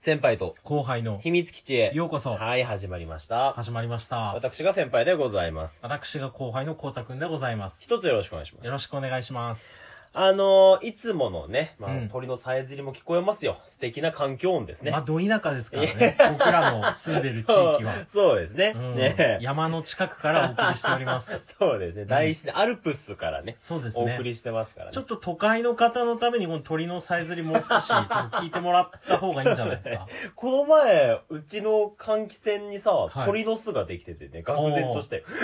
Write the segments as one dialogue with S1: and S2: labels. S1: 先輩と
S2: 後輩の
S1: 秘密基地へ。
S2: ようこそ
S1: はい、始まりました。
S2: 始まりました。
S1: 私が先輩でございます。
S2: 私が後輩のこうたくんでございます。
S1: 一つよろしくお願いします
S2: よ。ろしくお願いします。
S1: あのー、いつものね、まあ、
S2: うん
S1: 鳥のさえずりも聞こえますよ。素敵な環境音ですね。
S2: まあ、ど田舎ですからね。僕らの住んでる地域は。
S1: そうそうですね。
S2: うん
S1: ね
S2: 山の近くからお送りしております。
S1: そうですね。大自然、アルプスからね、
S2: そうです
S1: お
S2: ね
S1: 送。りしてますからね。
S2: ちょっと都会の方のためにこの鳥のさえずりもう少しちょっと聞いてもらった方がいいんじゃないです か。
S1: この前、うちの換気扇にさ、
S2: い
S1: 鳥の巣ができててね、愕然として。
S2: そ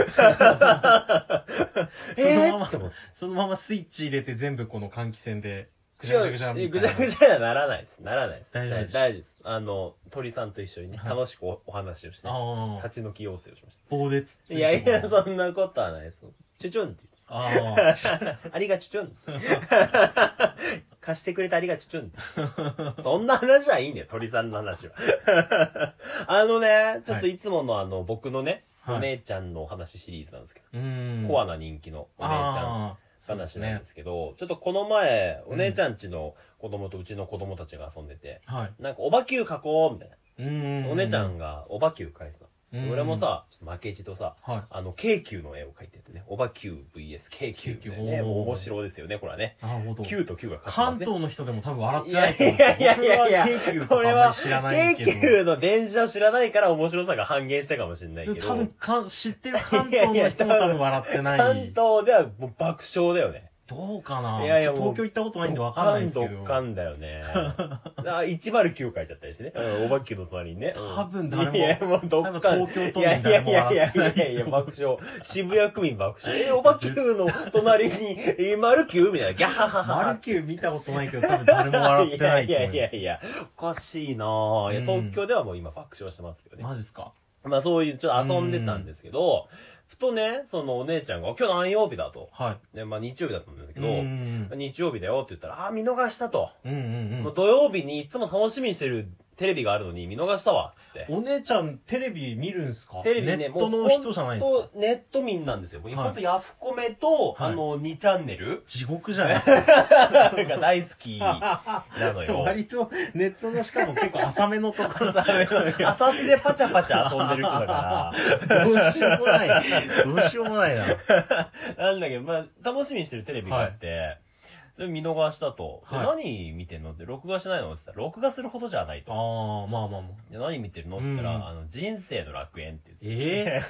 S1: え
S2: の
S1: ー
S2: ま
S1: っと思っ
S2: ま、そのままスイッチ入れて全部この換気扇で、
S1: て。
S2: ぐちゃぐちゃぐちゃみたい
S1: いや
S2: な。
S1: ぐちゃぐちゃにはならないです。ならないです。
S2: 大丈夫です
S1: 大丈夫です。あの、鳥さんと一緒にね、
S2: はい
S1: 楽しくおお話をして、
S2: ああ、
S1: 立ち退き要請をしまし
S2: 棒でつつ
S1: た。
S2: て
S1: いやいや、そんなことはないです。ちょちょんって言って。
S2: ああ、
S1: ありがちょちょん。 貸してくれてありがちょちょん。そんな話はいいんだよ、鳥さんの話は。あのね、ちょっといつものあの、僕のね、
S2: はい
S1: お姉ちゃんのお話シリーズなんですけど、
S2: うん。
S1: コア
S2: い
S1: な人気のお
S2: お
S1: 姉ちゃん
S2: そうで
S1: 話
S2: す
S1: なん
S2: ね
S1: で。すけど、ちょっとこの前、お姉ちゃんちの子供とうちの子供たちが遊んでて、
S2: はい。
S1: なんか、おばきゅう書こうみたいな。
S2: うん。
S1: お姉ちゃんがおばきゅう書いてた
S2: う
S1: の。
S2: ん
S1: 俺も、さ、ちょっと負けじとさ、
S2: は
S1: あの、京急の絵を描いててね。おば9 VS 京急みたいなね。
S2: 京急おー
S1: もう面白いですよね、これはね。
S2: い。なるほど。
S1: 9と9が
S2: 関
S1: 勝ってますね。
S2: 東の人でも多分笑って
S1: い
S2: な
S1: や
S2: い
S1: い
S2: と思う。
S1: やいやいやいや
S2: 僕は京急とか
S1: これ
S2: あんま
S1: は
S2: り知らないけど。
S1: 京急の電車を知らないから面白さが半減したかもしれないけど、
S2: 多分
S1: 関
S2: か、知ってる関東の人も多分笑ってない。
S1: 東ではもう爆笑だよね。
S2: どうかない
S1: やいや
S2: ちょっと東京行ったことないんでわかんないですけ
S1: ド
S2: ど
S1: ッ。カンだよね。 あ109書いちゃったりしてね。うんおば9の隣にね。うん
S2: 多分誰も
S1: いや、もうドッカン。
S2: 多分東京都
S1: いや
S2: 民
S1: いや
S2: 誰
S1: い
S2: も
S1: やい
S2: 笑
S1: や
S2: っ
S1: い
S2: てな
S1: や
S2: い。
S1: いやいや、爆笑。渋谷区民爆笑。え、おばきゅうの隣 に、え、丸九みたいな。ギャハハハ
S2: マ
S1: ハ
S2: ル。キュー見たことないけど、多分誰も笑ってない
S1: い
S2: と思
S1: や
S2: いま
S1: い
S2: す。
S1: やいや、おかしいなぁ。いや、
S2: うん
S1: 東京ではもう今爆笑してますけどね。
S2: マジっすか
S1: まあそういう、ちょっと遊んでたんですけど、ふとね、そのお姉ちゃんが、今日何曜日だと。
S2: はい。
S1: ね、まあ日曜日だったんだけ
S2: う
S1: ど、
S2: ん。
S1: 日曜日だよって言ったら、あー、見逃したと。
S2: うんうんう。
S1: もうん土曜日にいつも楽しみにしてるテレビがあるのに見逃したわ、つって。
S2: お姉ちゃん、テレビ見るんすか
S1: テレビね、
S2: ネッ
S1: も
S2: ト
S1: う
S2: の人じゃないんす
S1: ほん
S2: か
S1: とネット民なんですよ。もう
S2: はい
S1: ほんとヤフコメと、
S2: はい
S1: あの、2チャンネル
S2: 地獄じゃない
S1: が大好きなのよ。
S2: 割とネットのしかも結構浅めのところど
S1: 浅瀬でパチャパチャ遊んでる人だ か
S2: うしようもないどうしようもないな
S1: ら、なんだけど、まあ、楽しみにしてるテレビがあって、それ見逃したと。で
S2: はい
S1: 何見てんのって、録画しないのって言ったら、録画するほどじゃないと。
S2: ああまあまあまあ
S1: で何見てるのって言ったら、
S2: うん
S1: あの、人生の楽園って言
S2: ええ
S1: って。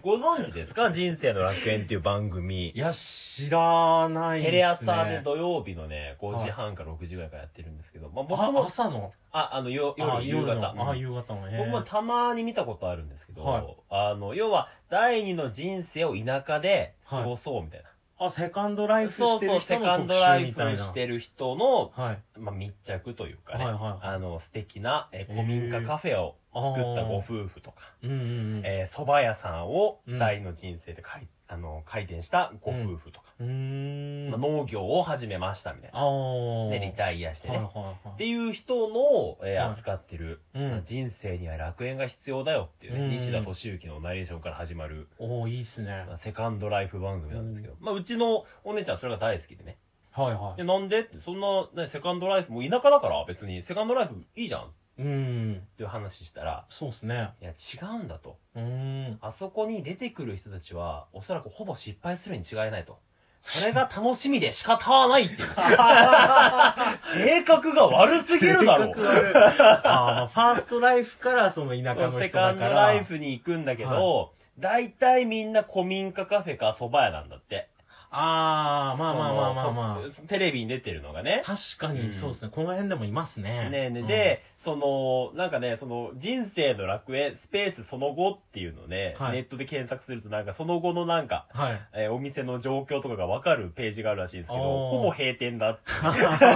S1: ご存知ですか人生の楽園っていう番組
S2: い。や知らないっすね
S1: テレ朝で土曜日のね、5時半か6時ぐらいからやってるんですけど、まあ僕
S2: あ
S1: も、
S2: 朝の
S1: あ、あの、よ夜、夕
S2: の
S1: 方。
S2: あ夕方のええ
S1: 僕もたまに見たことあるんですけど、
S2: はい
S1: あの、要は、第二の人生を田舎で過ごそうみたいな。
S2: あセカンドライフ
S1: そう
S2: して
S1: そう、
S2: る
S1: セ
S2: 人
S1: カ
S2: の
S1: ン
S2: 特
S1: ドラ
S2: 集
S1: イ
S2: みたい
S1: フ
S2: な
S1: してる人の、
S2: はい
S1: まあ、密着というかね、
S2: はいはい
S1: あの、素敵な、え、古民家カフェを作ったご夫婦とか、
S2: うんうん
S1: えー、蕎麦屋さんを
S2: うん
S1: 第二の人生で開、あの、開店したご夫婦とか、
S2: うんうーん
S1: まあ、農業を始めましたみたいな。
S2: ああ
S1: で、リタイアして
S2: はい
S1: ね。
S2: はいは
S1: っ
S2: い
S1: ていう人の、えー
S2: はい
S1: 扱ってる、
S2: うん
S1: 人生には楽園が必要だよっていうね、
S2: うん
S1: 西田敏行のナレーションから始まる、
S2: おーいいっすね
S1: まあセカンドライフ番組なんですけど、まあうちのお姉ちゃんそれが大好きでね。
S2: はいは
S1: でなんでってそんな、ね、セカンドライフ、もう田舎だから別にセカンドライフいいじゃんっ
S2: いうん
S1: ていう話したら、
S2: そうっすね
S1: いや違うんだと。
S2: うーん
S1: あそこに出てくる人たちは、おそらくほぼ失敗するに違いないと。それが楽しみで仕方ないっていう。性格が悪すぎるだろ
S2: 性格。悪いあーまあ、ファーストライフからその田舎の人
S1: セ
S2: だ
S1: カ
S2: か
S1: ンドライ
S2: ら。
S1: フに行くんだけど、大体みんな古民家カフェか蕎麦屋なんだって。
S2: ああ、まあまあまあまあま
S1: そのテレビに出てるのがね
S2: あ。。確かにそうですね。この辺でもいますね。
S1: ねえねえ、
S2: うん、
S1: で、その、なんかね、その、人生の楽園、スペースその後っていうのね、
S2: はい
S1: ネットで検索するとなんかその後のなんか、
S2: はい。
S1: えーお店の状況とかがわかるページがあるらしいんですけど、
S2: おー
S1: ほぼ閉店だって。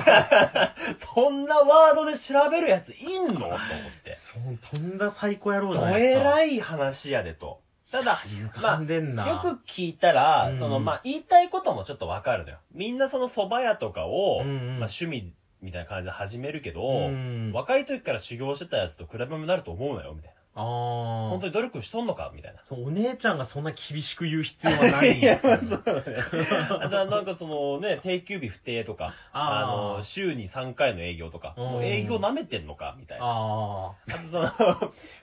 S1: そんなワードで調べるやついんのと思って。
S2: そう、とんだ最高野郎じゃ
S1: ど
S2: ない
S1: え
S2: ですか。
S1: らい話やでと。ただ、
S2: 歪んでんな。
S1: よく聞いたら、
S2: うん
S1: その、まあ、言いたいこともちょっとわかるのよ。みんなその蕎麦屋とかを、
S2: うんうん
S1: まあ、趣味みたいな感じで始めるけど、
S2: うん
S1: 若い時から修行してたやつと比べもなると思うなよ、みたいな。
S2: あ
S1: 本
S2: ー
S1: 当に努力しとんのかみたいな。
S2: そうお姉ちゃんがそんな厳しく言う必要はないんで すよね
S1: あとはなんかそのね、定休日不定とか、あ
S2: あー
S1: の、週に3回の営業とか、
S2: うん
S1: もう営業舐めてんのかみたいな。
S2: あ
S1: あとその、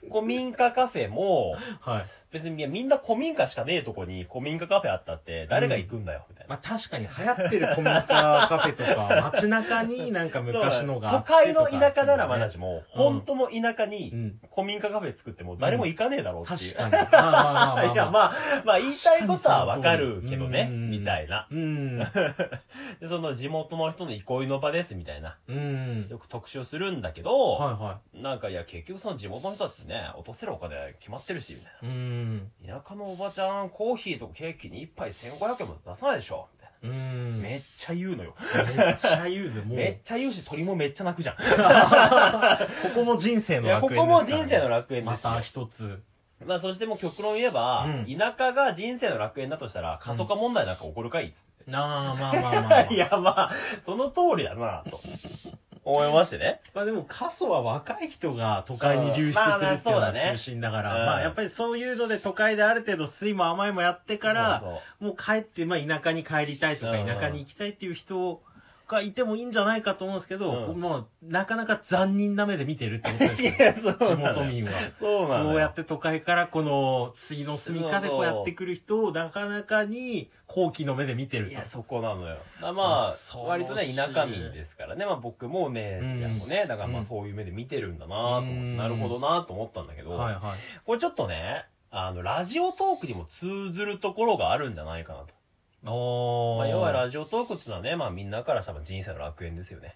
S1: 古民家カフェも、
S2: あはい
S1: 別にいやみんな古民家しかねえとこに古民家カフェあったって、誰が行くんだよ、みたいな。
S2: まあ確かに流行ってるコミュニティカフェとか街中になんか昔のがあ
S1: 都
S2: って
S1: 会
S2: と
S1: の
S2: か
S1: 田舎ならまだ
S2: そ
S1: しも、本当の田舎に
S2: うね
S1: 古民家カフェ作っても誰も行かねえだろ
S2: う
S1: うんっていう
S2: 確。かにまあまあまあまあ
S1: いや、まあ、まあ言いたいことはわかるけどね、
S2: うん
S1: みたいな。
S2: うん
S1: でその地元の人の憩いの場です、みたいな。
S2: うん
S1: よく特集をするんだけど、
S2: はいは
S1: なんかいや、結局その地元の人だってね、落とせるお金決まってるし、みたいな。
S2: いうん
S1: 田舎のおばちゃん、コーヒーとケーキに一杯1500円も出さないでしょみたい
S2: うん
S1: な。めっちゃ言うのよ。
S2: めっちゃ言うぜもう
S1: めっちゃ言うし、鳥もめっちゃ泣くじゃん。
S2: ここも人生
S1: い
S2: の
S1: や、
S2: 楽
S1: こ
S2: 園です
S1: こも人生の
S2: 楽
S1: 楽園で
S2: ます
S1: よ
S2: た一つ
S1: まあ、そしてもう極論言えば、
S2: うん
S1: 田舎が人生の楽園だとしたら、過疎化問題なんか起こるかいっつって。
S2: なあまあまあまあまあ
S1: いや、まあ、その通りだなと。思いましてね。
S2: まあでも、過疎は若い人が都会に流出するっていうのが中心だか
S1: うんまあまあそうだね
S2: ら、まあやっぱりそういうので都会である程度酸いも甘いもやってから
S1: そ、うそう
S2: もう帰って、まあ田舎に帰りたいとか
S1: うん
S2: 田舎に行きたいっていう人がいてもいいんじゃないかと思うんですけど、
S1: うん
S2: もうなかなか残忍な目で見てるってことです
S1: い
S2: よ。
S1: や、 そう
S2: 地
S1: なの
S2: 元
S1: よ
S2: 民は。
S1: そうなのよ
S2: そうやって都会からこの次の住みかでこうやってくる人をなかなかに好奇の目で見てる
S1: い
S2: と
S1: や、。そこなのよ。まあまあ、
S2: 恐ろしい
S1: 割とね、田舎民ですからね。まあ僕もお姉ちゃんもね、だからまあそういう目で見てるんだなと思って、
S2: うん
S1: なるほどなと思ったんだけど、
S2: はいはい。
S1: これちょっとね、あの、ラジオトークにも通ずるところがあるんじゃないかなと。
S2: おー。
S1: まあ、要はラジオトークっていうのはね、まあみんなからしたら人生の楽園ですよね。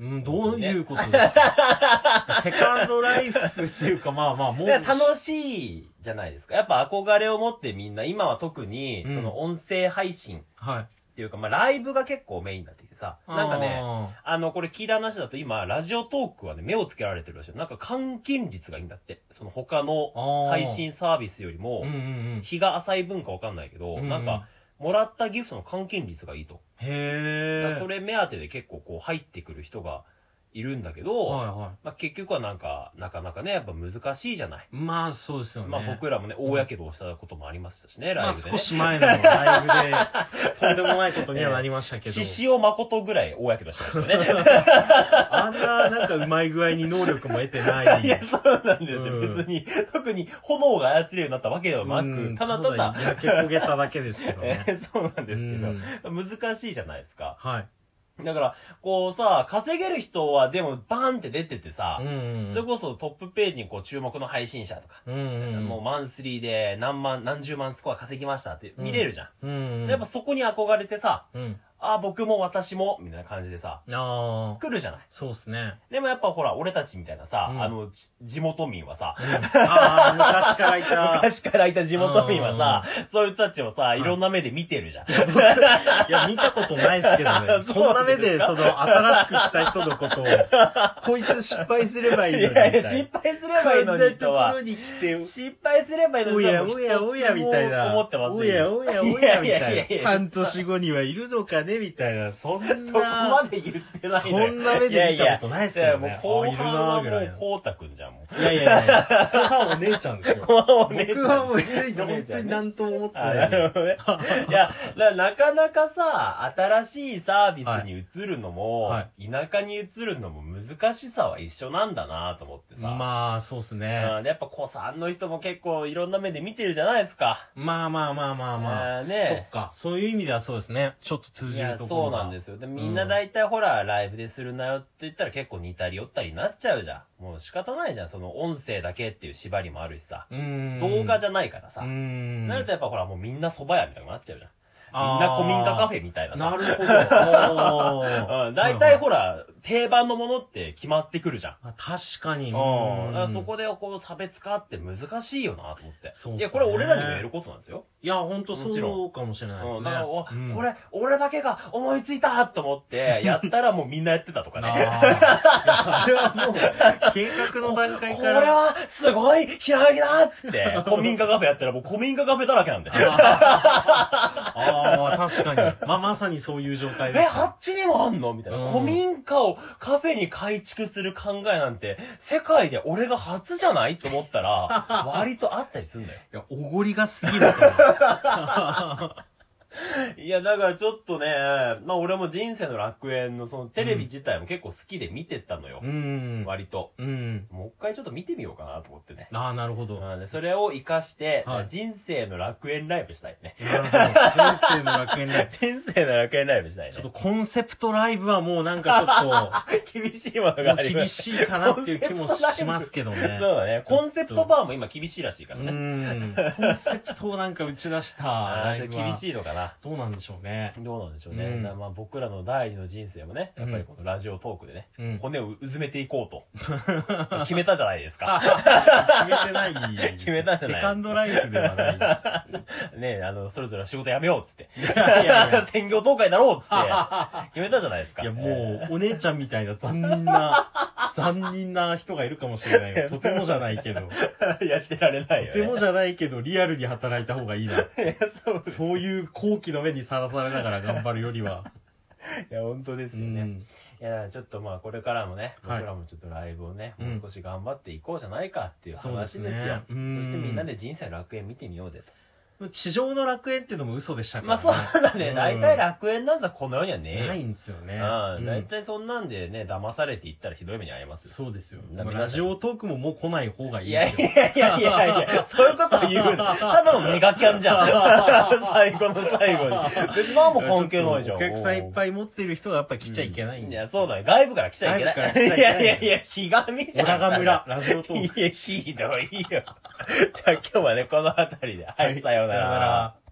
S2: うん、どういうことですか セカンドライフっていうか、まあまあ、もう。
S1: だから楽しいじゃないですか。やっぱ憧れを持ってみんな、今は特に
S2: う、ん
S1: その音声配信っ
S2: はい。
S1: ていうか、まあライブが結構メインになってきてさ、なんかね、
S2: あ
S1: あの、これ聞いた話だと今、ラジオトークはね、目をつけられてるらしいよ。なんか換金率がいいんだって。その他の
S2: ー、あー
S1: 配。信サービスよりも
S2: うん、うんうん。
S1: 日が浅い分かわかんないけど、
S2: うんうん
S1: なんか、もらったギフトの換金率がいいと。だ
S2: へ
S1: から
S2: え。
S1: それ目当てで結構こう入ってくる人がいるんだけど、
S2: はいは
S1: まあ、結局はなんか、なかなかね、やっぱ難しいじゃない。
S2: い。まあ、そうですよね。
S1: まあ僕らもね、大やけどをしたこともありましたしね、
S2: ま
S1: ライ
S2: あ
S1: ブで
S2: 少
S1: ね。
S2: し前のライブ で、とんでもないことにはなりましたけど
S1: 獅、子王誠ぐらい大やけどしましたよね。
S2: あんななんかうまい具合に能力も得て な い。
S1: いや、そうなんですよ。
S2: うん
S1: 別に、特に炎が操れるようになったわけではな
S2: うん
S1: く、ただただ、
S2: 焼け焦げただけですけどね。
S1: えーそうなんですけ
S2: うん
S1: ど、難しいじゃないですか。
S2: はい。
S1: だから、こうさ、稼げる人はでもバーンって出ててさ
S2: うん、うん。
S1: それこそトップページにこう注目の配信者とか、
S2: うんうん。
S1: もうマンスリーで何万、何十万スコア稼ぎましたって見れるじゃん。
S2: うんうん。
S1: やっぱ、そこに憧れてさ、
S2: うん。
S1: あ、僕も私も、みたいな感じでさ、
S2: ああ、
S1: 来るじゃない。
S2: そうですね。
S1: でもやっぱほら、俺たちみたいなさ、
S2: うん
S1: あの、ち地元民は さ、
S2: ああ、昔からいた。
S1: 昔からいた地元民はさ、そういう人たちをさ、いろんな目で見てるじゃん。
S2: いや、見たことないですけど
S1: そう
S2: ね。
S1: です
S2: そ
S1: か
S2: んな目で、その、新しく来た人のことを、こいつ失敗すればいいのに
S1: い
S2: みた
S1: や
S2: い
S1: い
S2: な。
S1: や、失敗すればいいのにと
S2: こんなところ
S1: は。
S2: に来て、
S1: 失敗すればいいの
S2: お
S1: に
S2: や
S1: と
S2: おやおやみたいな。
S1: 思ってますよ
S2: おやおやお
S1: いや
S2: や
S1: い
S2: み
S1: やいや
S2: た
S1: いや
S2: いな。半年後にはいるのかねみたいな。そんな。
S1: そこまで言ってないのよ
S2: そんな目で見たことないですけどね
S1: いやいやもう後半は
S2: あい
S1: も、
S2: るなぐらいう
S1: こうたくんじゃん、もう。
S2: いやいやいや。後半お姉ちゃんですよ。
S1: 後半はね
S2: 僕はもう別に本当に何とも思って
S1: あ
S2: な
S1: ない
S2: で
S1: る
S2: す。
S1: ほどね。 いや、ななかなかさ、新しいサービスに移るのも、
S2: は
S1: 田舎に移るのも難しさは一緒なんだなと思ってさ。
S2: まあ、そうですね。
S1: うんでやっぱ子さんの人も結構いろんな目で見てるじゃないですか。
S2: まあまあまあまあま
S1: あー
S2: あ。
S1: ね
S2: そっか。そういう意味ではそうですね。ちょっと通
S1: い
S2: じ
S1: や、
S2: るとこ
S1: そ
S2: ろ
S1: う
S2: が。
S1: なんですよ。で、みんな大体ほら、ライブでするなよって言ったら結構似たり寄ったりになっちゃうじゃん。もう仕方ないじゃん。その音声だけっていう縛りもあるしさ。
S2: うん。
S1: 動画
S2: じ
S1: じゃないからさ
S2: う。ん。
S1: なるとやっぱほら、もうみんな蕎麦屋みたいになっちゃうじゃん。みん
S2: あ
S1: な
S2: ー
S1: 古民家カフェみたいなさ
S2: な。るほど。お ー
S1: うん、大体、ほら、定番のものって決まってくるじゃん。
S2: まあ確か
S1: う
S2: に。
S1: ん。だからそ
S2: そこ。
S1: こでこう差別化って難しいよなと思って。
S2: そうっすね
S1: いや、これ俺らにも言えることなんですよ。
S2: いや、ほんと
S1: もちろ
S2: そうかもしれないです
S1: うん。
S2: ね。
S1: だから、お
S2: うん
S1: これ、俺だけが思いついたと思 って、やったらもうみんなやってたとか
S2: なあ。
S1: ね
S2: い。やあれはもう、計画の段階
S1: こ
S2: か
S1: れ
S2: ら。
S1: は、すごい、ひらめきだっつ って、古民家カフェやったらもう 古民家カフェだらけなんだよ。
S2: ああ、確かに。まあ、まさにそういう状態
S1: え、
S2: です。
S1: あっちにもあんのみたいな。
S2: うん
S1: 古民家ををカフェに改築する考えなんて、世界で俺が初じゃないと思ったら、割とあったりすんだよ。
S2: や、おごりが過ぎると 思う
S1: いや、だからちょっとね、まあ俺も人生の楽園のそのテレビ自体も結構好きで見てたのよ。
S2: うーん。
S1: 割と。
S2: うん。
S1: もう一回ちょっと見てみようかなと思ってね。
S2: ああ、なるほど。な
S1: うんでそれを活かして、
S2: はい
S1: 人生の楽園ライブしたいね。
S2: るほど。人生の 楽園ね。
S1: 人生の楽園ライブしたいね。
S2: ちょっとコンセプトライブはもうな んか
S1: 厳しいもの
S2: ちょ
S1: が
S2: っ
S1: あ
S2: と、
S1: り
S2: 厳
S1: ます。
S2: しいかなっていう気もしますけどね。
S1: そうだね。コンセプトバーも今厳しいらしいか
S2: う
S1: らね。
S2: ーん。コンセプトをなんか打ち出した
S1: あー
S2: ラ
S1: じ
S2: イブ
S1: ゃあ
S2: は。
S1: 厳しいのかな。
S2: どうなんでしょうね。
S1: どうなんでしょうね。
S2: うん
S1: だからまあ僕らの第二の人生もね、やっぱりこのラジオトークでね、
S2: うん。
S1: 骨をうずめていこうと。 決めたじゃないですか。
S2: 決めてないです。
S1: 決めたんじゃない
S2: セカンドライフではない。
S1: ねあの、それぞれ仕事辞めようっつって。
S2: いやいやい や。
S1: 専業倒壊だろうっ つって。決めたじゃないですか。
S2: いや、もう、お姉ちゃんみたいな残忍な、残忍な人がいるかもしれな いよ。とてもじゃないけど。と
S1: う。 やってられないよ、ね。
S2: てもじゃないけど、リアルに働いた方がいいな。
S1: いや、そうです。
S2: そういう好奇の目にさらされながら頑張るよりは。
S1: いや、本当です
S2: う
S1: よね。
S2: ん。
S1: いや、だからちょっとまあ、これからもね、
S2: はい
S1: 僕らもちょっとライブをね、
S2: うん
S1: もう少し頑張っていこうじゃないかっていう
S2: そうです
S1: 話
S2: ね
S1: ですよ。そ
S2: うん
S1: してみんなで人生の楽園見てみようぜと。
S2: 地上の楽園っていうのも嘘でしたか
S1: まあ、
S2: ら
S1: そうだね。大体楽園なんざこの世にはねえよ
S2: ないんですよね。
S1: うん、
S2: う
S1: 大
S2: ん
S1: 体そんなんでね、騙されていったらひどい目に遭いますよ。
S2: そうですよ。
S1: だから
S2: ラジオトークももう来ない方がいい
S1: い
S2: で
S1: や
S2: す
S1: い
S2: よ。
S1: やいやいやいや、そういうこと言うな。ただのメガキャンじ ゃん。最後の最後に。別に何も関係ないじゃん。
S2: お客さんいっ
S1: い
S2: ぱい持ってる人がやっぱ来ちゃいけないん
S1: い
S2: で
S1: や、そうだよ。外部から来ちゃいけない。
S2: 外部から来ちゃ
S1: い
S2: いけな
S1: や
S2: い
S1: いやいや、ひがみじ
S2: 小
S1: ゃん。
S2: 長村、ラジオトー ク
S1: い。や、ひどいよ。じゃあ今日はね、この辺りで。はい、さような
S2: さような
S1: ら
S2: ら。